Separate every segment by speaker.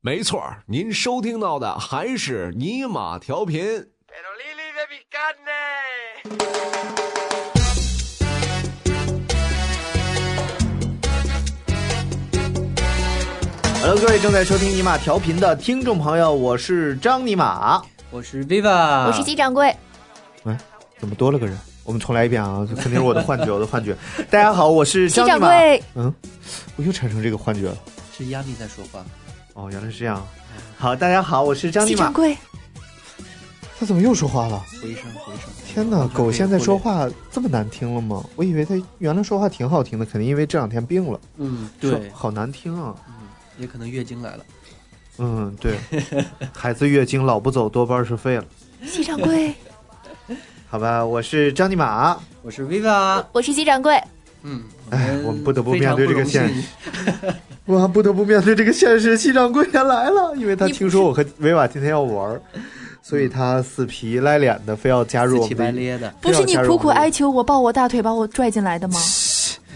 Speaker 1: 没错儿，您收听到的还是尼玛调频。
Speaker 2: Pero Lili de mi carne.
Speaker 3: ，Hello，各位正在收听尼玛调频的听众朋友，我是张尼玛。
Speaker 4: 我是 Viva，
Speaker 5: 我
Speaker 3: 啊
Speaker 5: 是季掌柜，
Speaker 3: 怎么多了个人？我们重来一遍啊！这肯定是我的幻觉，我的幻觉。 大家好，我 是
Speaker 5: 季
Speaker 3: 张尼
Speaker 5: 掌
Speaker 3: 玛。
Speaker 5: 柜，
Speaker 3: 我又产生这个幻觉了。
Speaker 4: 是亚米在说话，
Speaker 3: 哦，原来是这样。好，大家好，我是张尼
Speaker 5: 季掌
Speaker 3: 玛。
Speaker 5: 柜，
Speaker 3: 他怎么又说话了？
Speaker 4: 回声回声。
Speaker 3: 天哪，狗现在说，话这么难听了吗？我以为他原来说话挺好听的，肯定因为这两天病了。
Speaker 4: 嗯，
Speaker 3: 说
Speaker 4: 对，
Speaker 3: 好难听啊。
Speaker 4: 嗯，也可能月经来了。
Speaker 3: 嗯， 对，孩子月经老不走，多半是废了。
Speaker 5: 季 掌柜，
Speaker 3: 好吧，我是张尼玛。
Speaker 4: 我是 Viva，
Speaker 5: 我是季掌柜，
Speaker 4: 嗯，
Speaker 3: 哎我们不得不面对这个现
Speaker 4: 非常不容
Speaker 3: 实
Speaker 4: 易。
Speaker 3: 我不得不面对这个现实，西掌柜也来了，因为他听说我和维瓦今天要玩儿，所以他死皮赖脸的非要加入我
Speaker 4: 嗯死乞
Speaker 3: 们
Speaker 4: 白
Speaker 3: 的。
Speaker 4: 咧的，
Speaker 3: 非
Speaker 5: 不
Speaker 3: 要
Speaker 5: 是你
Speaker 3: 加入
Speaker 5: 苦苦
Speaker 3: 我们的
Speaker 5: 哀求我抱我大腿把我拽进来的 吗？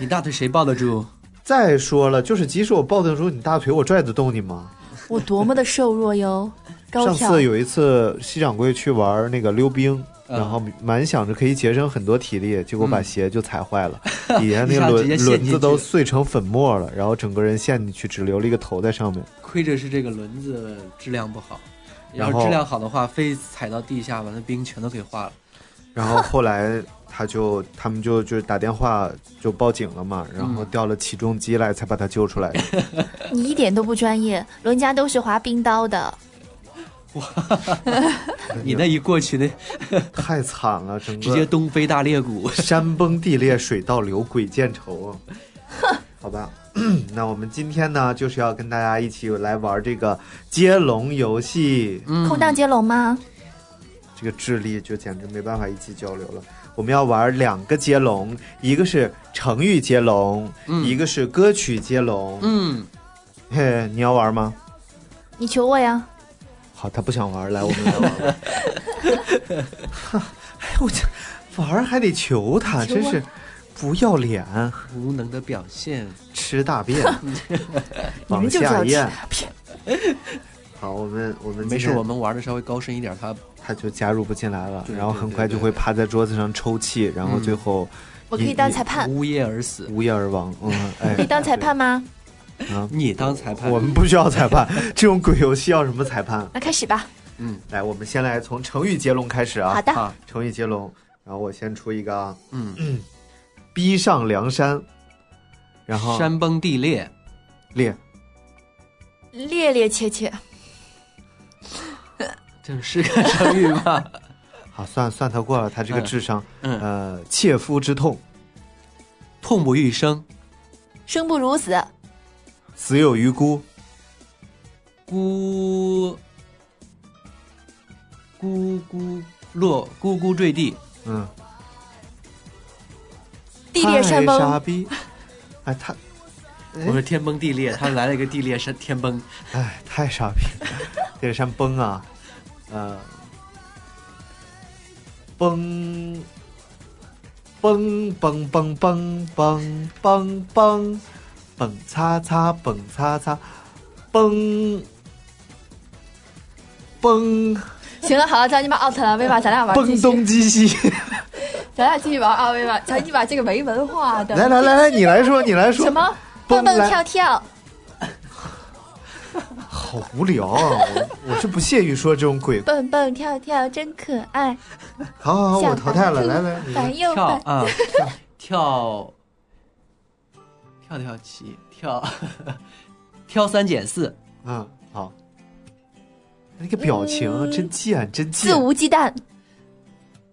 Speaker 4: 你大腿谁抱得住？
Speaker 3: 再说了，就是即使我抱得住你大腿，我拽得动你吗？
Speaker 5: 我多么的瘦弱哟，高
Speaker 3: 上
Speaker 5: 挑，
Speaker 3: 次有一次西掌柜去玩儿那个溜冰。
Speaker 4: 嗯
Speaker 3: 然后满想着可以节省很多体力，结果把
Speaker 4: 嗯
Speaker 3: 鞋就踩坏 了，底下
Speaker 4: 一
Speaker 3: 那
Speaker 4: 下直
Speaker 3: 轮
Speaker 4: 接陷
Speaker 3: 轮
Speaker 4: 进
Speaker 3: 子
Speaker 4: 去
Speaker 3: 都碎成粉末了，然后整个人陷进去，只留了一个头在上面。
Speaker 4: 亏着是这个轮子质量不好，要
Speaker 3: 然后
Speaker 4: 是质量好的话，非踩到地下把那冰全都给化了。
Speaker 3: 然后后来他就他们就就是打电话就报警了嘛，然
Speaker 4: 嗯
Speaker 3: 后调了起重机来才把他救出来。
Speaker 5: 你一点都不专业，人家都是滑冰刀的，
Speaker 4: 你那一过去那
Speaker 3: 太惨了，整
Speaker 4: 直接
Speaker 3: 个
Speaker 4: 东非大裂谷。
Speaker 3: 山崩地裂，水倒流，鬼见愁啊！好吧， 那我们今天呢，就是要跟大家一起来玩这个接龙游戏。
Speaker 4: 嗯
Speaker 5: 空荡接龙吗？
Speaker 3: 这个智力就简直没办法一起交流了。我们要玩两个接龙，一个是成语接龙，
Speaker 4: 嗯
Speaker 3: 一个是歌曲接龙。
Speaker 4: 嗯，
Speaker 3: 嘿，你要玩吗？
Speaker 5: 你求我呀，
Speaker 3: 好，他不想玩，来，我们来玩吧。 哎，我这玩儿还得求他，
Speaker 5: 求
Speaker 3: 真
Speaker 5: 啊
Speaker 3: 是不要脸，
Speaker 4: 无能的表现。
Speaker 3: 吃大 便，
Speaker 5: 你
Speaker 3: 往
Speaker 5: 们就是
Speaker 3: 下
Speaker 5: 要吃
Speaker 3: 咽。
Speaker 5: 大便。
Speaker 3: 好，我们我们
Speaker 4: 没事，
Speaker 3: 今天
Speaker 4: 我们玩的稍微高深一点，他
Speaker 3: 他就加入不进来了，
Speaker 4: 对
Speaker 3: 然后
Speaker 4: 对
Speaker 3: 很
Speaker 4: 对
Speaker 3: 快就
Speaker 4: 对
Speaker 3: 会
Speaker 4: 对
Speaker 3: 趴在桌子上抽泣，然后
Speaker 4: 嗯
Speaker 3: 最后
Speaker 5: 我可以当裁判，
Speaker 4: 呜咽而死。
Speaker 3: 无业而亡。 嗯，哎，
Speaker 5: 可以当裁判吗？
Speaker 3: 啊。
Speaker 4: 你当裁判，
Speaker 3: 我们不需要裁判，这种鬼游戏要什么裁判？
Speaker 5: 那开始吧。
Speaker 4: 嗯
Speaker 3: 来，我们先来从成语接龙开始啊
Speaker 5: 好。的，
Speaker 4: 啊
Speaker 3: 成语接龙，然后我先出一个啊，
Speaker 4: 嗯，
Speaker 3: 逼上梁山，然后
Speaker 4: 山崩地裂，
Speaker 3: 列
Speaker 5: 趔趔趄趄，
Speaker 4: 这是个成语 吗？
Speaker 3: 啊，算算他过了，他这个
Speaker 4: 嗯
Speaker 3: 智商，
Speaker 4: 嗯，
Speaker 3: 呃，切肤之痛，
Speaker 4: 痛不欲生，
Speaker 5: 生不如死，
Speaker 3: 死有余辜，
Speaker 4: 咕咕咕落，咕咕坠地，
Speaker 3: 嗯，
Speaker 5: 地裂山
Speaker 3: 太傻
Speaker 5: 崩，
Speaker 3: 逼，哎，太，
Speaker 4: 我说天崩地裂，他来了一个地裂山天崩，
Speaker 3: 哎，太傻逼，这山崩啊，呃，崩。蹦蹦蹦蹦蹦蹦蹦，蹦擦擦蹦擦擦，蹦蹦
Speaker 5: 行了，好了，咱你把 out 了，威吧，咱俩玩继
Speaker 3: 蹦
Speaker 5: 续，
Speaker 3: 东击西。
Speaker 5: 咱俩继续玩啊，威吧，咱你把这个没文化的
Speaker 3: 来来来来，你来说，你来说。
Speaker 5: 什？么
Speaker 3: 蹦
Speaker 5: 蹦蹦
Speaker 3: 来
Speaker 5: 跳跳，
Speaker 3: 好无聊啊！我我是不屑于说这种鬼。
Speaker 5: 蹦蹦跳跳真可爱，
Speaker 3: 好好好，
Speaker 5: 小
Speaker 3: 我淘汰了。
Speaker 5: 白兔
Speaker 3: 来来，你来
Speaker 5: 板又
Speaker 4: 跳
Speaker 5: 板，
Speaker 4: 啊，跳跳跳起跳 挑三拣四，
Speaker 3: 嗯，好。那个表情啊
Speaker 5: 嗯
Speaker 3: 真贱，真
Speaker 5: 肆
Speaker 3: 贱。
Speaker 5: 无忌惮，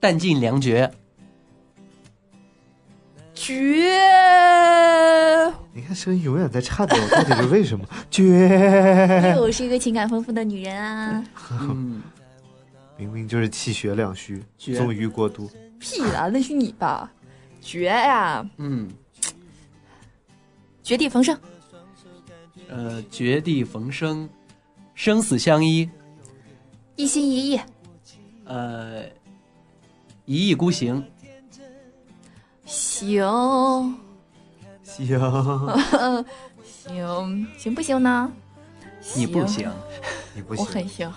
Speaker 4: 弹尽粮 绝，
Speaker 5: 绝
Speaker 3: 你看声音永远在颤抖，到底是为 什么？绝，
Speaker 5: 哎我是一个情感丰富的女人啊！
Speaker 4: 嗯，
Speaker 3: 明明就是气血两虚，
Speaker 4: 绝
Speaker 3: 纵欲过度。
Speaker 5: 屁啦，那是你吧？绝呀、
Speaker 4: 嗯，
Speaker 5: 绝地逢生，
Speaker 4: 呃，绝地逢生，生死相依，
Speaker 5: 一心一意，
Speaker 4: 呃，一意孤行，
Speaker 5: 行
Speaker 3: 行，
Speaker 5: 行行不行呢？
Speaker 4: 你不行，
Speaker 3: 你不
Speaker 5: 我
Speaker 3: 行。
Speaker 5: 很行，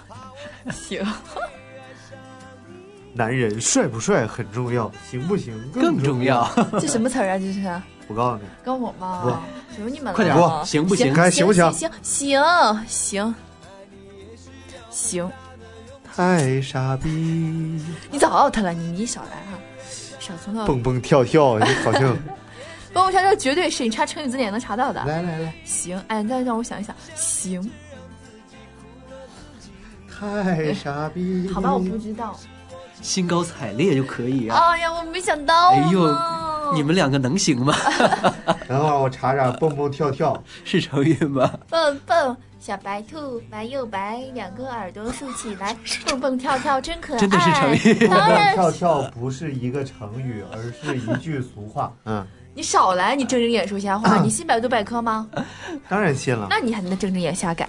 Speaker 5: 行，
Speaker 3: 男人帅不帅很重要，行不行
Speaker 4: 更重
Speaker 3: 重
Speaker 4: 要。。
Speaker 5: 这什么词儿啊？这是
Speaker 3: 我告诉你，
Speaker 5: 跟我吗？什么你们
Speaker 4: 快点
Speaker 5: 了
Speaker 3: 不
Speaker 4: 行不行
Speaker 3: 看行不行
Speaker 5: 行？行行行，
Speaker 3: 太傻逼，
Speaker 5: 你早 out 了，你你少来哈，少从头。
Speaker 3: 蹦蹦跳跳，你好 像
Speaker 5: 蹦蹦跳跳绝对是你查成语字典也能查到的。
Speaker 3: 来来来，
Speaker 5: 行，哎，再让我想一想，行，
Speaker 3: 太傻逼。
Speaker 5: 好吧，我不知道。
Speaker 4: 兴高采烈就可以啊。
Speaker 5: 哎呀，我没想到
Speaker 4: 哎呦
Speaker 5: 啊
Speaker 4: 你们两个能行吗？
Speaker 3: 等会儿我查查蹦蹦跳跳，
Speaker 4: 是成语吗？
Speaker 5: 蹦蹦小白兔，白又白，两个耳朵竖起 来，蹦蹦跳跳真可爱。
Speaker 4: 真的是成语
Speaker 3: 蹦
Speaker 5: 当
Speaker 3: 蹦
Speaker 5: 然
Speaker 3: 跳跳不是一个成语，而是一句俗话。嗯，
Speaker 5: 你少来，你睁睁眼说 瞎话，你信百度百科吗？
Speaker 3: 当然信了。
Speaker 5: 那你还能睁睁眼 瞎改，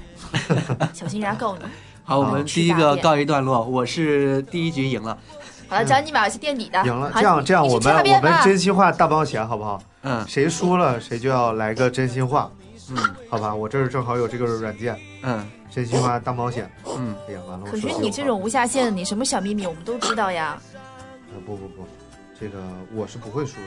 Speaker 5: 小心人家告你。
Speaker 4: 好，我们第一个告一段落。我是第一局赢了，
Speaker 5: 好了，找你买去垫底的。
Speaker 3: 赢了，
Speaker 5: 好
Speaker 3: 这样这样，
Speaker 5: 你去
Speaker 3: 我
Speaker 5: 吃
Speaker 3: 们
Speaker 5: 大
Speaker 3: 我
Speaker 5: 便
Speaker 3: 们
Speaker 5: 吧
Speaker 3: 真心话大冒险好不好？
Speaker 4: 嗯
Speaker 3: 谁输了谁就要来个真心话，
Speaker 4: 嗯
Speaker 3: 好吧？我这儿正好有这个软件，
Speaker 4: 嗯
Speaker 3: 真心话大冒险。
Speaker 4: 嗯，
Speaker 3: 哎呀，完了，我
Speaker 5: 可是
Speaker 3: 说
Speaker 5: 你
Speaker 3: 实
Speaker 5: 这
Speaker 3: 话
Speaker 5: 种无下限，你什么小秘密我们都知道呀。
Speaker 3: 啊，不不不，这个我是不会输的。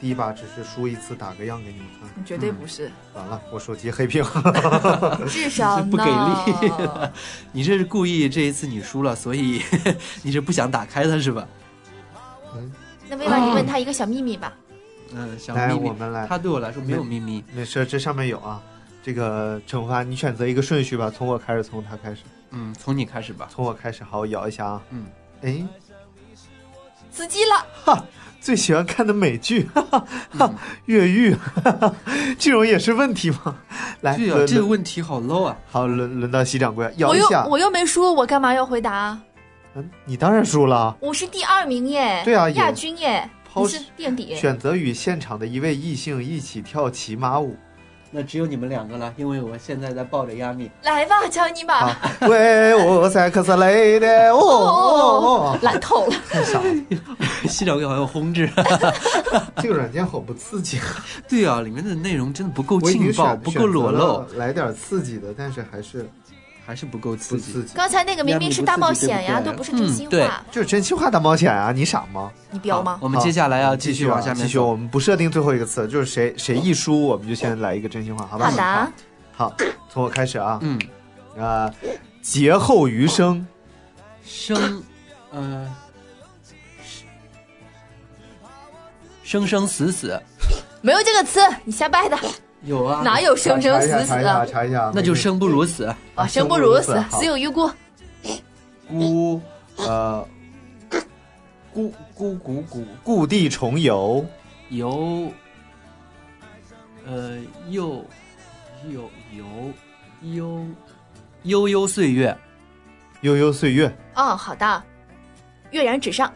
Speaker 3: 第一把只是输一次，打个样给你们看。
Speaker 5: 你绝对不是，
Speaker 3: 完了，我手机黑屏。嗯
Speaker 5: 智商
Speaker 4: 不给力
Speaker 5: 呢？
Speaker 4: 你这是故意这一次你输了，所以 你是不想打开它是吧？
Speaker 5: 那薇娃，你问他一个小秘密吧。
Speaker 4: 嗯，小
Speaker 3: 来，
Speaker 4: 秘
Speaker 3: 我
Speaker 4: 密，
Speaker 3: 们来，
Speaker 4: 它对我来说没有秘密。
Speaker 3: 没事，这上面有啊。这个惩罚你选择一个顺序吧，从我开始，从他开始，
Speaker 4: 嗯，从你开始吧。
Speaker 3: 从我开始。好，我摇一下啊。
Speaker 4: 嗯。
Speaker 3: 哎，
Speaker 5: 司机了，
Speaker 3: 最喜欢看的美剧，哈哈
Speaker 4: 嗯
Speaker 3: 哈， 越狱，哈哈，这种也是问题吗？来，
Speaker 4: 对啊，
Speaker 3: 轮
Speaker 4: 这个
Speaker 3: 轮
Speaker 4: 问题好 low 啊！
Speaker 3: 好，轮轮到西掌柜摇
Speaker 5: 我
Speaker 3: 一
Speaker 5: 又
Speaker 3: 下。
Speaker 5: 我又没输，我干嘛要回答？
Speaker 3: 嗯，你当然输了。啊
Speaker 5: 我是第二名耶，
Speaker 3: 对啊有
Speaker 5: 亚军耶，
Speaker 3: 抛
Speaker 5: 你是垫底。
Speaker 3: 选择与现场的一位异性一起跳骑马舞。
Speaker 4: 那只有你们两个了，因为我现在在抱着亚米。
Speaker 5: 来吧，乔尼玛，
Speaker 3: 啊，喂，我塞克斯雷 的，哦哦哦
Speaker 5: 懒 透了。
Speaker 3: 太傻了，
Speaker 4: 西掌柜好像轰制。
Speaker 3: 哦这个软件好不刺激啊，
Speaker 4: 对啊，里面的内容真的不够
Speaker 3: 我已
Speaker 4: 劲
Speaker 3: 经
Speaker 4: 爆，
Speaker 3: 选
Speaker 4: 不够裸，露
Speaker 3: 选，择了来点刺激的，但是还是
Speaker 4: 还是不够
Speaker 3: 不
Speaker 4: 刺激。
Speaker 3: 刺激。
Speaker 5: 刚才那个明明是大冒险呀，
Speaker 4: 你
Speaker 5: 都
Speaker 4: 不
Speaker 5: 不是
Speaker 4: 嗯
Speaker 5: 真心
Speaker 4: 对
Speaker 5: 话，
Speaker 3: 就是真心话大冒险啊，你傻吗？
Speaker 5: 你彪吗
Speaker 4: 好？我们接下来要继续往下
Speaker 3: 继
Speaker 4: 面
Speaker 3: 续，我
Speaker 4: 走。
Speaker 3: 们不设定最后一个词，就是谁谁一输，我们就先来一个真心话，好吧？
Speaker 5: 好的，
Speaker 3: 好，从我开始啊，
Speaker 4: 嗯，
Speaker 3: 啊，劫后余生，
Speaker 4: 生，呃，生生死死
Speaker 5: 没有这个词，你瞎掰的，
Speaker 4: 有啊，
Speaker 5: 哪有生生死死
Speaker 3: 查一下，
Speaker 5: 的？
Speaker 3: 查一下，
Speaker 4: 那就生不如死，
Speaker 5: 啊，生不如
Speaker 3: 生不
Speaker 5: 死
Speaker 3: 如，死
Speaker 5: 死有余辜。
Speaker 3: 孤，呃，
Speaker 4: 孤孤古古
Speaker 3: 故地重游，
Speaker 4: 游，呃，又又游悠悠悠岁月，
Speaker 3: 悠悠岁月。
Speaker 5: 哦，好的，跃然纸上，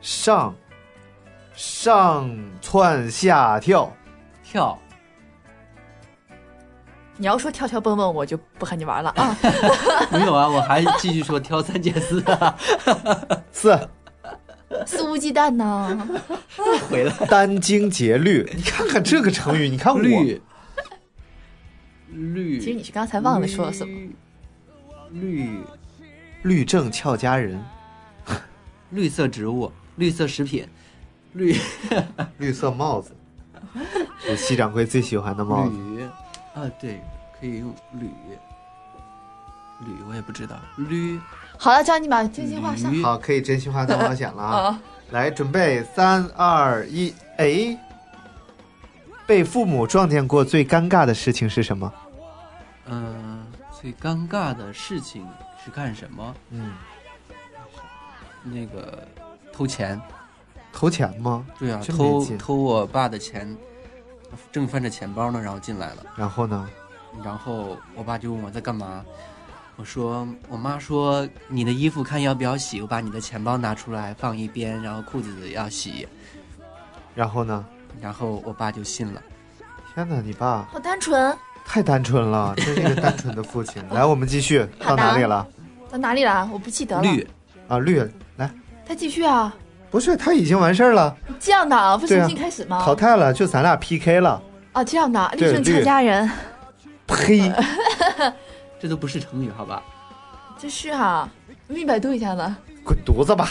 Speaker 3: 上上窜下跳，
Speaker 4: 跳
Speaker 5: 你要说跳跳蹦蹦，我就不和你玩了 啊。
Speaker 4: 没有啊？我还继续说挑三拣四啊，
Speaker 3: 四
Speaker 5: 肆无忌惮呢，
Speaker 4: 回来
Speaker 3: 殚精竭 虑。你看看这个成语，你看我
Speaker 4: 绿绿，
Speaker 5: 其实你是刚才忘了说了什么。
Speaker 4: 么？绿
Speaker 3: 律政俏佳人，
Speaker 4: 绿色植物，绿色食品，绿
Speaker 3: 绿色帽子，是西掌柜最喜欢的帽子。
Speaker 4: 铝啊，对，可以用铝。铝我也不知道，铝
Speaker 5: 好了，叫你把真心话上。
Speaker 4: 铝
Speaker 3: 好，可以真心话大冒险了 啊！
Speaker 5: 啊，
Speaker 3: 来，准备三二一，哎，被父母撞见过最尴尬的事情是什么？
Speaker 4: 嗯、最尴尬的事情是干什么？
Speaker 3: 嗯，
Speaker 4: 那个偷钱，
Speaker 3: 投钱吗？
Speaker 4: 对啊，
Speaker 3: 真
Speaker 4: 偷
Speaker 3: 没劲
Speaker 4: 偷我爸的钱，正翻着钱包呢，然后进来了，
Speaker 3: 然后呢？
Speaker 4: 然后我爸就问我在干嘛，我说我妈说你的衣服看要不要洗，我把你的钱包拿出来放一边，然后裤子要洗，
Speaker 3: 然后呢？
Speaker 4: 然后我爸就信了。
Speaker 3: 天哪，你爸
Speaker 5: 好单纯，
Speaker 3: 太单纯了，真是一个单纯的父亲。来，我们继续到哪里了？
Speaker 5: 到哪里了？我不记得了。
Speaker 4: 绿
Speaker 3: 啊，绿来，
Speaker 5: 他继续啊，
Speaker 3: 不是他已经完事儿了，
Speaker 5: 这样的啊，不
Speaker 3: 对啊
Speaker 5: 重新开始吗？
Speaker 3: 淘汰了，就咱俩 PK 了。
Speaker 5: 啊，这样的，
Speaker 3: 对
Speaker 5: 律政俏佳人，
Speaker 3: 呸！
Speaker 4: 这都不是成语，好吧？
Speaker 5: 这是哈，你百度一下子，
Speaker 3: 滚犊子吧！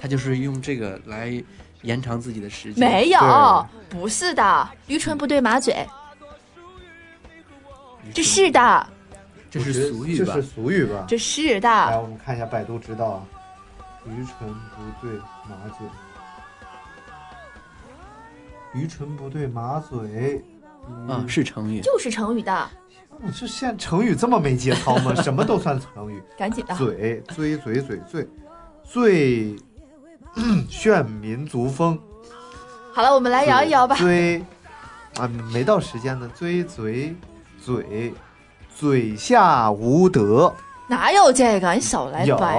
Speaker 4: 他就是用这个来延长自己的时间。
Speaker 5: 没有
Speaker 3: 对，
Speaker 5: 不是的，驴唇不对马嘴，
Speaker 4: 于
Speaker 5: 这是的，
Speaker 4: 这是俗语
Speaker 3: 这
Speaker 4: 吧
Speaker 3: 是？俗语吧？
Speaker 5: 这是
Speaker 3: 来，
Speaker 5: 的，
Speaker 3: 我们看一下百度知道啊，愚蠢不对马嘴，愚蠢不对马嘴。
Speaker 5: 嗯
Speaker 3: 嗯
Speaker 4: 啊，是成语。
Speaker 5: 就是成语的，
Speaker 3: 我就现在成语这么没节操 吗？什么都算成语，
Speaker 5: 赶紧的，
Speaker 3: 嘴追嘴嘴最最 嗯炫民族风。
Speaker 5: 好了，我们来哎摇一摇吧。
Speaker 3: 嘴啊，没到时间呢。追嘴嘴嘴下无德，
Speaker 5: 哪有这个？你少来哦
Speaker 3: 有。
Speaker 5: 掰，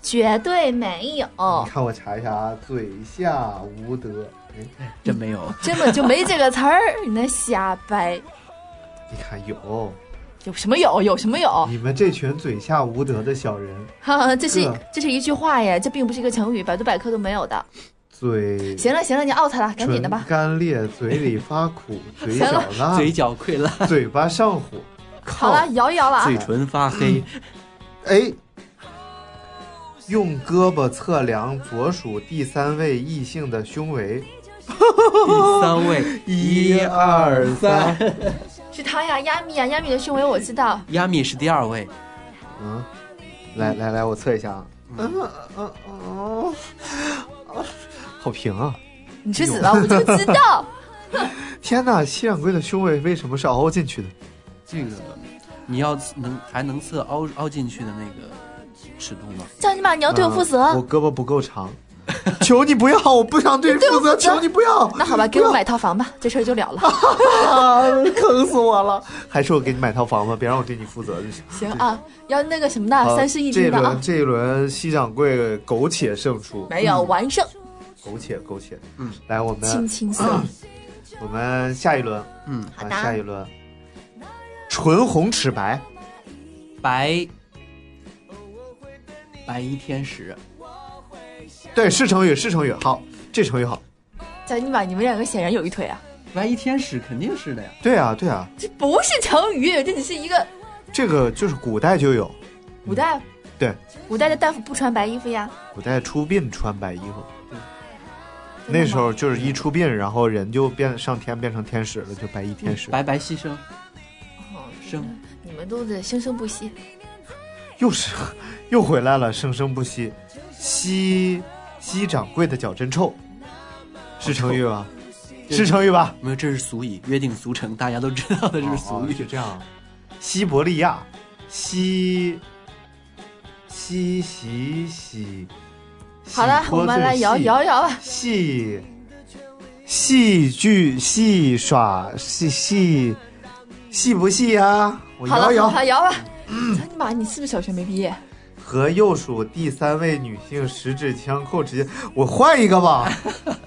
Speaker 5: 绝对没有
Speaker 3: 你，看我查一查啊，嘴下无德。哎，
Speaker 4: 真没有，
Speaker 5: 根本就没这个词儿，你那瞎掰，
Speaker 3: 你看有，
Speaker 5: 有什么有？有什么有？
Speaker 3: 你们这群嘴下无德的小人，
Speaker 5: 哈哈，这是
Speaker 3: 这
Speaker 5: 这是一句话耶，这并不是一个成语，百度百科都没有的。
Speaker 3: 嘴
Speaker 5: 行了行了，你 out 了，赶紧的
Speaker 3: 唇
Speaker 5: 吧。
Speaker 3: 干裂，嘴里发苦，嘴角辣，
Speaker 4: 嘴角溃烂，
Speaker 3: 嘴巴上火。
Speaker 5: 好了，摇一摇了啊
Speaker 4: 嘴！唇发 黑，
Speaker 3: 哎，用胳膊测量左属第三位异性的胸围，
Speaker 5: 哦
Speaker 4: 第三位，一二三，
Speaker 5: 是他呀，亚米呀，亚米的胸围我知道，
Speaker 4: 亚米是第二位，
Speaker 3: 嗯，来来来，我测一下啊。嗯嗯嗯，好平啊！
Speaker 5: 你去死吧，我就知道。
Speaker 3: 天哪，吸掌柜的胸围为什么是凹进去的？
Speaker 4: 这个你要能还能测凹凹进去的那个尺度吗？
Speaker 5: 叫你妈，你要对我负
Speaker 3: 啊
Speaker 5: 责。
Speaker 3: 我胳膊不够长，求你不要，我不想对你负责，求你不要。
Speaker 5: 那好吧，给我买套房吧，这事儿就了了。
Speaker 3: 啊， 坑死我了！还是我给你买套房吧，别让我对你负责就行。
Speaker 5: 行啊，要那个什么的，
Speaker 3: 好
Speaker 5: 三室一
Speaker 3: 这一
Speaker 5: 厅的啊
Speaker 3: 轮。这一轮，西掌柜苟且胜出，
Speaker 5: 没有完胜，
Speaker 3: 苟且苟且。
Speaker 4: 嗯，
Speaker 3: 来，我
Speaker 5: 轻
Speaker 3: 们
Speaker 5: 轻松。
Speaker 3: 嗯我们下一轮，
Speaker 4: 嗯，
Speaker 5: 好
Speaker 3: 啊，
Speaker 5: 的
Speaker 3: 下一轮，唇红齿白，
Speaker 4: 白白衣天使，
Speaker 3: 对，是成语，是成语。好，这成语好。
Speaker 5: 叫你妈，你们两个显然有一腿啊！
Speaker 4: 白衣天使肯定是的呀。
Speaker 3: 对啊，对啊，
Speaker 5: 这不是成语，这只是一个
Speaker 3: 这个就是古代就有，
Speaker 5: 古代。
Speaker 3: 对，
Speaker 5: 古代的大夫不穿白衣服呀。
Speaker 3: 古代出殡穿白衣服，
Speaker 5: 真的吗
Speaker 3: 那时候就是一出殡，然后人就变上天变成天使了，就白衣天使。
Speaker 4: 白白牺牲
Speaker 5: 哦
Speaker 4: 生，
Speaker 5: 你们都得生生不息。
Speaker 3: 又是又回来了，生生不息。西西掌柜的脚真臭，是成语吧？
Speaker 4: 对
Speaker 3: 是成语吧？
Speaker 4: 没有，这是俗语，约定俗成，大家都知道的这是俗
Speaker 3: 哦
Speaker 4: 语。
Speaker 3: 就这样。西伯利亚，西西西西。
Speaker 5: 好了
Speaker 3: 洗，
Speaker 5: 我
Speaker 3: 脱
Speaker 5: 们
Speaker 3: 罪
Speaker 5: 来摇
Speaker 3: 戏
Speaker 5: 摇一摇吧。
Speaker 3: 戏戏剧戏耍戏戏戏不戏呀、我
Speaker 5: 好
Speaker 3: 摇
Speaker 5: 了，
Speaker 3: 摇
Speaker 5: 好了，摇吧。操你妈！你是不是小学没毕业？
Speaker 3: 和右属第三位女性十指相扣之间，我换一个吧。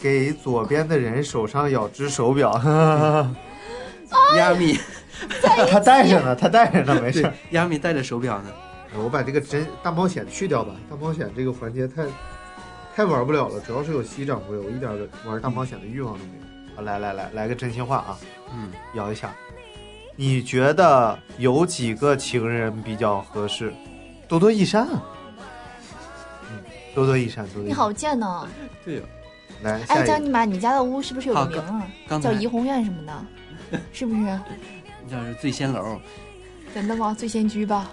Speaker 3: 给左边的人手上咬只手表，
Speaker 4: 亚米，
Speaker 3: 他戴着呢，他戴着呢，没事
Speaker 4: 对。，亚米戴着手表呢。
Speaker 3: 我把这个真大冒险去掉吧，大冒险这个环节太太玩不了了，主要是有西掌柜，我一点儿玩大冒险的欲望都没有。好，来来来，来个真心话啊，
Speaker 4: 嗯，
Speaker 3: 摇一下。你觉得有几个情人比较合适？多多益善啊，嗯，多多益善，多多益善。
Speaker 5: 你好，贱呢！
Speaker 4: 对哦，
Speaker 3: 来
Speaker 5: 哎，
Speaker 3: 下
Speaker 5: 叫
Speaker 3: 嗯一
Speaker 5: 你
Speaker 3: 个，
Speaker 5: 妈，你家的屋是不是有个
Speaker 4: 好
Speaker 5: 名儿
Speaker 4: 刚才
Speaker 5: 叫怡红院什么的？是不是？
Speaker 4: 你叫是醉仙楼。
Speaker 5: 真的吗？醉仙居吧。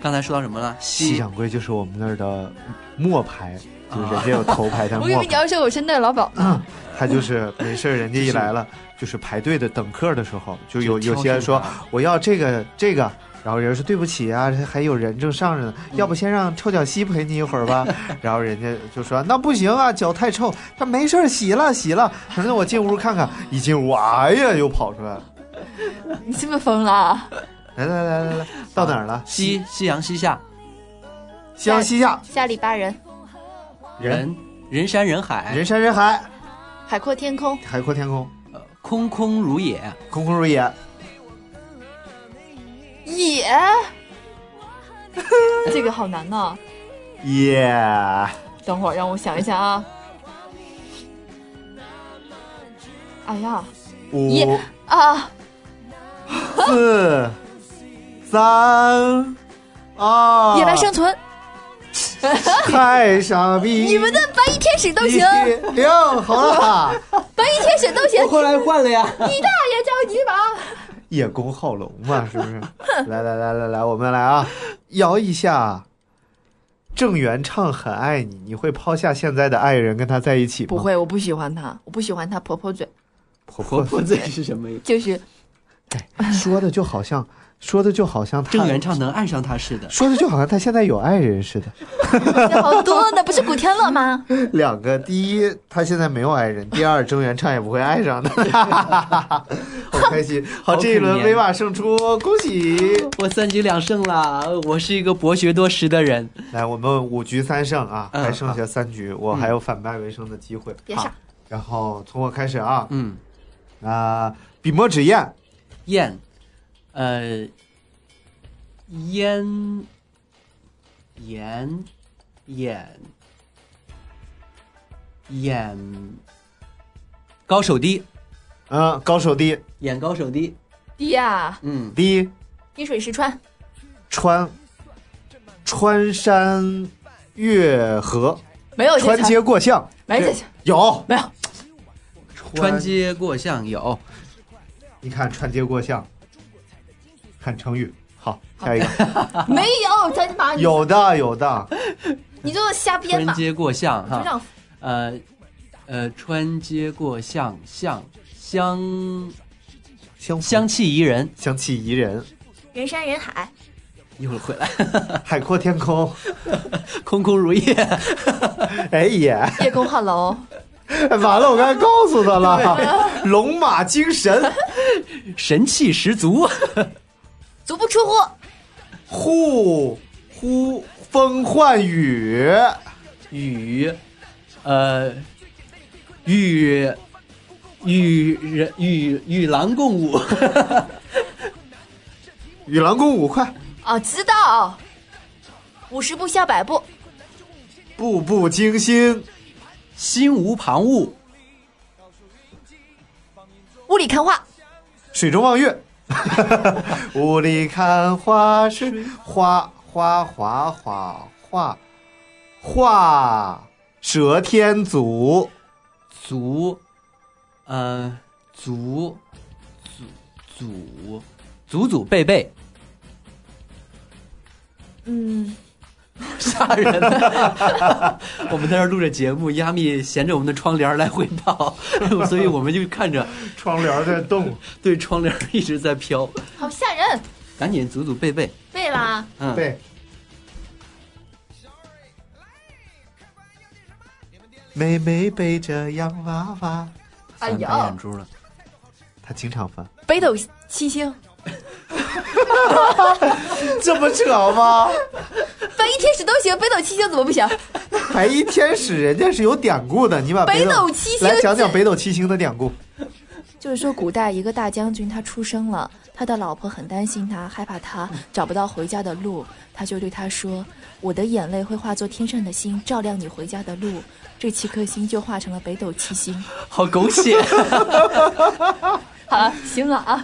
Speaker 4: 刚才说到什么了？
Speaker 3: 西
Speaker 4: 西
Speaker 3: 掌柜就是我们那儿的末牌，就是人家有头牌，但
Speaker 5: 我
Speaker 3: 是
Speaker 5: 以
Speaker 3: 末
Speaker 5: 为你
Speaker 3: 牌，
Speaker 5: 要说我是那儿老鸨。
Speaker 3: 他就是没事儿，人家一来了嗯就是排队的等客的时候，就有有些人说我要这个这个，然后人说对不起啊，还有人正上着呢，要不先让臭脚西陪你一会儿 吧。然后人家就说那不行啊，脚太臭。他没事儿，洗了洗了。他说那我进屋看看，一进屋，哎呀，又跑出来了。
Speaker 5: 你是不是疯了？啊
Speaker 3: 来来来来来，到哪儿了？
Speaker 4: 夕夕阳西下，
Speaker 3: 夕阳西下，
Speaker 5: 下里巴人，
Speaker 4: 人人山人海，
Speaker 3: 人山人海，
Speaker 5: 海阔天空，
Speaker 3: 海阔天空，
Speaker 4: 呃空空如也。
Speaker 3: 空空如也。
Speaker 5: 野。 这个好难啊呢。
Speaker 3: 耶、
Speaker 5: 等会儿让我想一想啊。哎呀，一
Speaker 3: 五
Speaker 5: 啊，
Speaker 3: 四三二，
Speaker 5: 野外生存，
Speaker 3: 太傻逼！
Speaker 5: 你们的白衣天使都行，
Speaker 3: 一六好了，
Speaker 5: 白衣天使都行
Speaker 6: 我，后来换了呀。
Speaker 5: 你大爷叫你莽，
Speaker 3: 叶公好龙嘛，是不 是？来来来来来，我们来啊，摇一下。郑元畅很爱你，你会抛下现在的爱人跟他在一起吗？
Speaker 5: 不，会，我不喜欢他，我不喜欢他婆婆嘴，
Speaker 3: 婆
Speaker 6: 婆
Speaker 3: 婆
Speaker 6: 婆嘴是什么意思？
Speaker 5: 就是
Speaker 3: 说的就好像，说的就好像他
Speaker 4: 郑元畅能爱上他似的。
Speaker 3: 说的就好像他现在有爱人似的。
Speaker 5: 有好多呢，不是古天 乐吗？
Speaker 3: 两个，第一，他现在没有爱人；第二，郑元畅也不会爱上他。好开心！好，
Speaker 4: 好可
Speaker 3: 这一轮
Speaker 4: 怜嗯
Speaker 3: 威瓦胜出，恭喜！
Speaker 4: 我三局两胜啦，我是一个博学多识的人。
Speaker 3: 来，我们五局三胜啊，
Speaker 4: 嗯
Speaker 3: 还剩下三局，我还有反败为胜的机会。
Speaker 5: 别
Speaker 3: 好
Speaker 5: 傻，
Speaker 3: 然后从我开始啊，
Speaker 4: 嗯，
Speaker 3: 啊，笔墨纸砚，
Speaker 4: 燕，呃，烟，盐，眼，眼，高手低，
Speaker 3: 嗯，高手低
Speaker 4: 眼高手低。
Speaker 5: 低呀，
Speaker 4: 嗯，
Speaker 3: 低
Speaker 5: 啊滴水石穿，
Speaker 3: 穿穿山越河，
Speaker 5: 没有
Speaker 3: 穿
Speaker 5: 这词儿，
Speaker 3: 街过巷，
Speaker 5: 没这词儿，
Speaker 3: 有
Speaker 5: 没有
Speaker 4: 穿街过巷有，
Speaker 3: 你看穿街过巷，看成语。好，下一个，
Speaker 5: 没有，真把你
Speaker 3: 有的有的，
Speaker 5: 你就瞎编
Speaker 4: 穿
Speaker 5: 吧，
Speaker 4: 街过巷
Speaker 5: 就这
Speaker 3: 啊
Speaker 4: 哈。
Speaker 5: 样
Speaker 4: 呃，呃，穿街过巷，巷香
Speaker 3: 相符
Speaker 4: 香气宜人。
Speaker 3: 香气宜人，
Speaker 5: 人山人海，
Speaker 4: 一会儿回来，
Speaker 3: 海阔天空。
Speaker 4: 空空如也。
Speaker 3: 哎也，
Speaker 5: 夜空汉楼，
Speaker 3: 完了，我刚才告诉他了，龙马精神，
Speaker 4: 神气十足，啊
Speaker 5: 足不出户，
Speaker 3: 呼呼风唤雨，
Speaker 4: 与，呃，与与人与与狼共舞，
Speaker 3: 与狼共舞，快，
Speaker 5: 哦，知道，五十步笑百步，
Speaker 3: 步步惊心，
Speaker 4: 心无旁骛，
Speaker 5: 雾里看花，
Speaker 3: 水中望 月，雾里看花是花花花花花画蛇添足，
Speaker 4: 足，呃，足，祖祖祖祖辈辈，
Speaker 5: 嗯，
Speaker 4: 吓人！ 我们在这儿录着节目，亚米衔着我们的窗帘儿来回跑， 所以我们就看着
Speaker 3: 窗帘在动，
Speaker 4: 对窗帘儿一直在飘，
Speaker 5: 好吓人，
Speaker 4: 赶紧祖祖辈辈，
Speaker 5: 背啦，
Speaker 4: 嗯，
Speaker 3: 对。妹妹背着洋娃娃，
Speaker 5: 哎
Speaker 4: 翻白眼
Speaker 5: 呦，
Speaker 4: 珠了，
Speaker 3: 她经常翻，
Speaker 5: 北斗七星，
Speaker 3: 这不扯 吗？
Speaker 5: 白衣天使都行，北斗七星怎么不行？
Speaker 3: 白衣天使人家是有典故的，你把
Speaker 5: 北
Speaker 3: 斗
Speaker 5: 斗七星
Speaker 3: 来讲讲北斗七星的典故。
Speaker 5: 就是说，古代一个大将军他出生了，他的老婆很担心他，害怕他找不到回家的路，他就对他说：“我的眼泪会化作天上的星，照亮你回家的路。”这七颗星就化成了北斗七星。
Speaker 4: 好狗血。
Speaker 5: 好了，行了啊，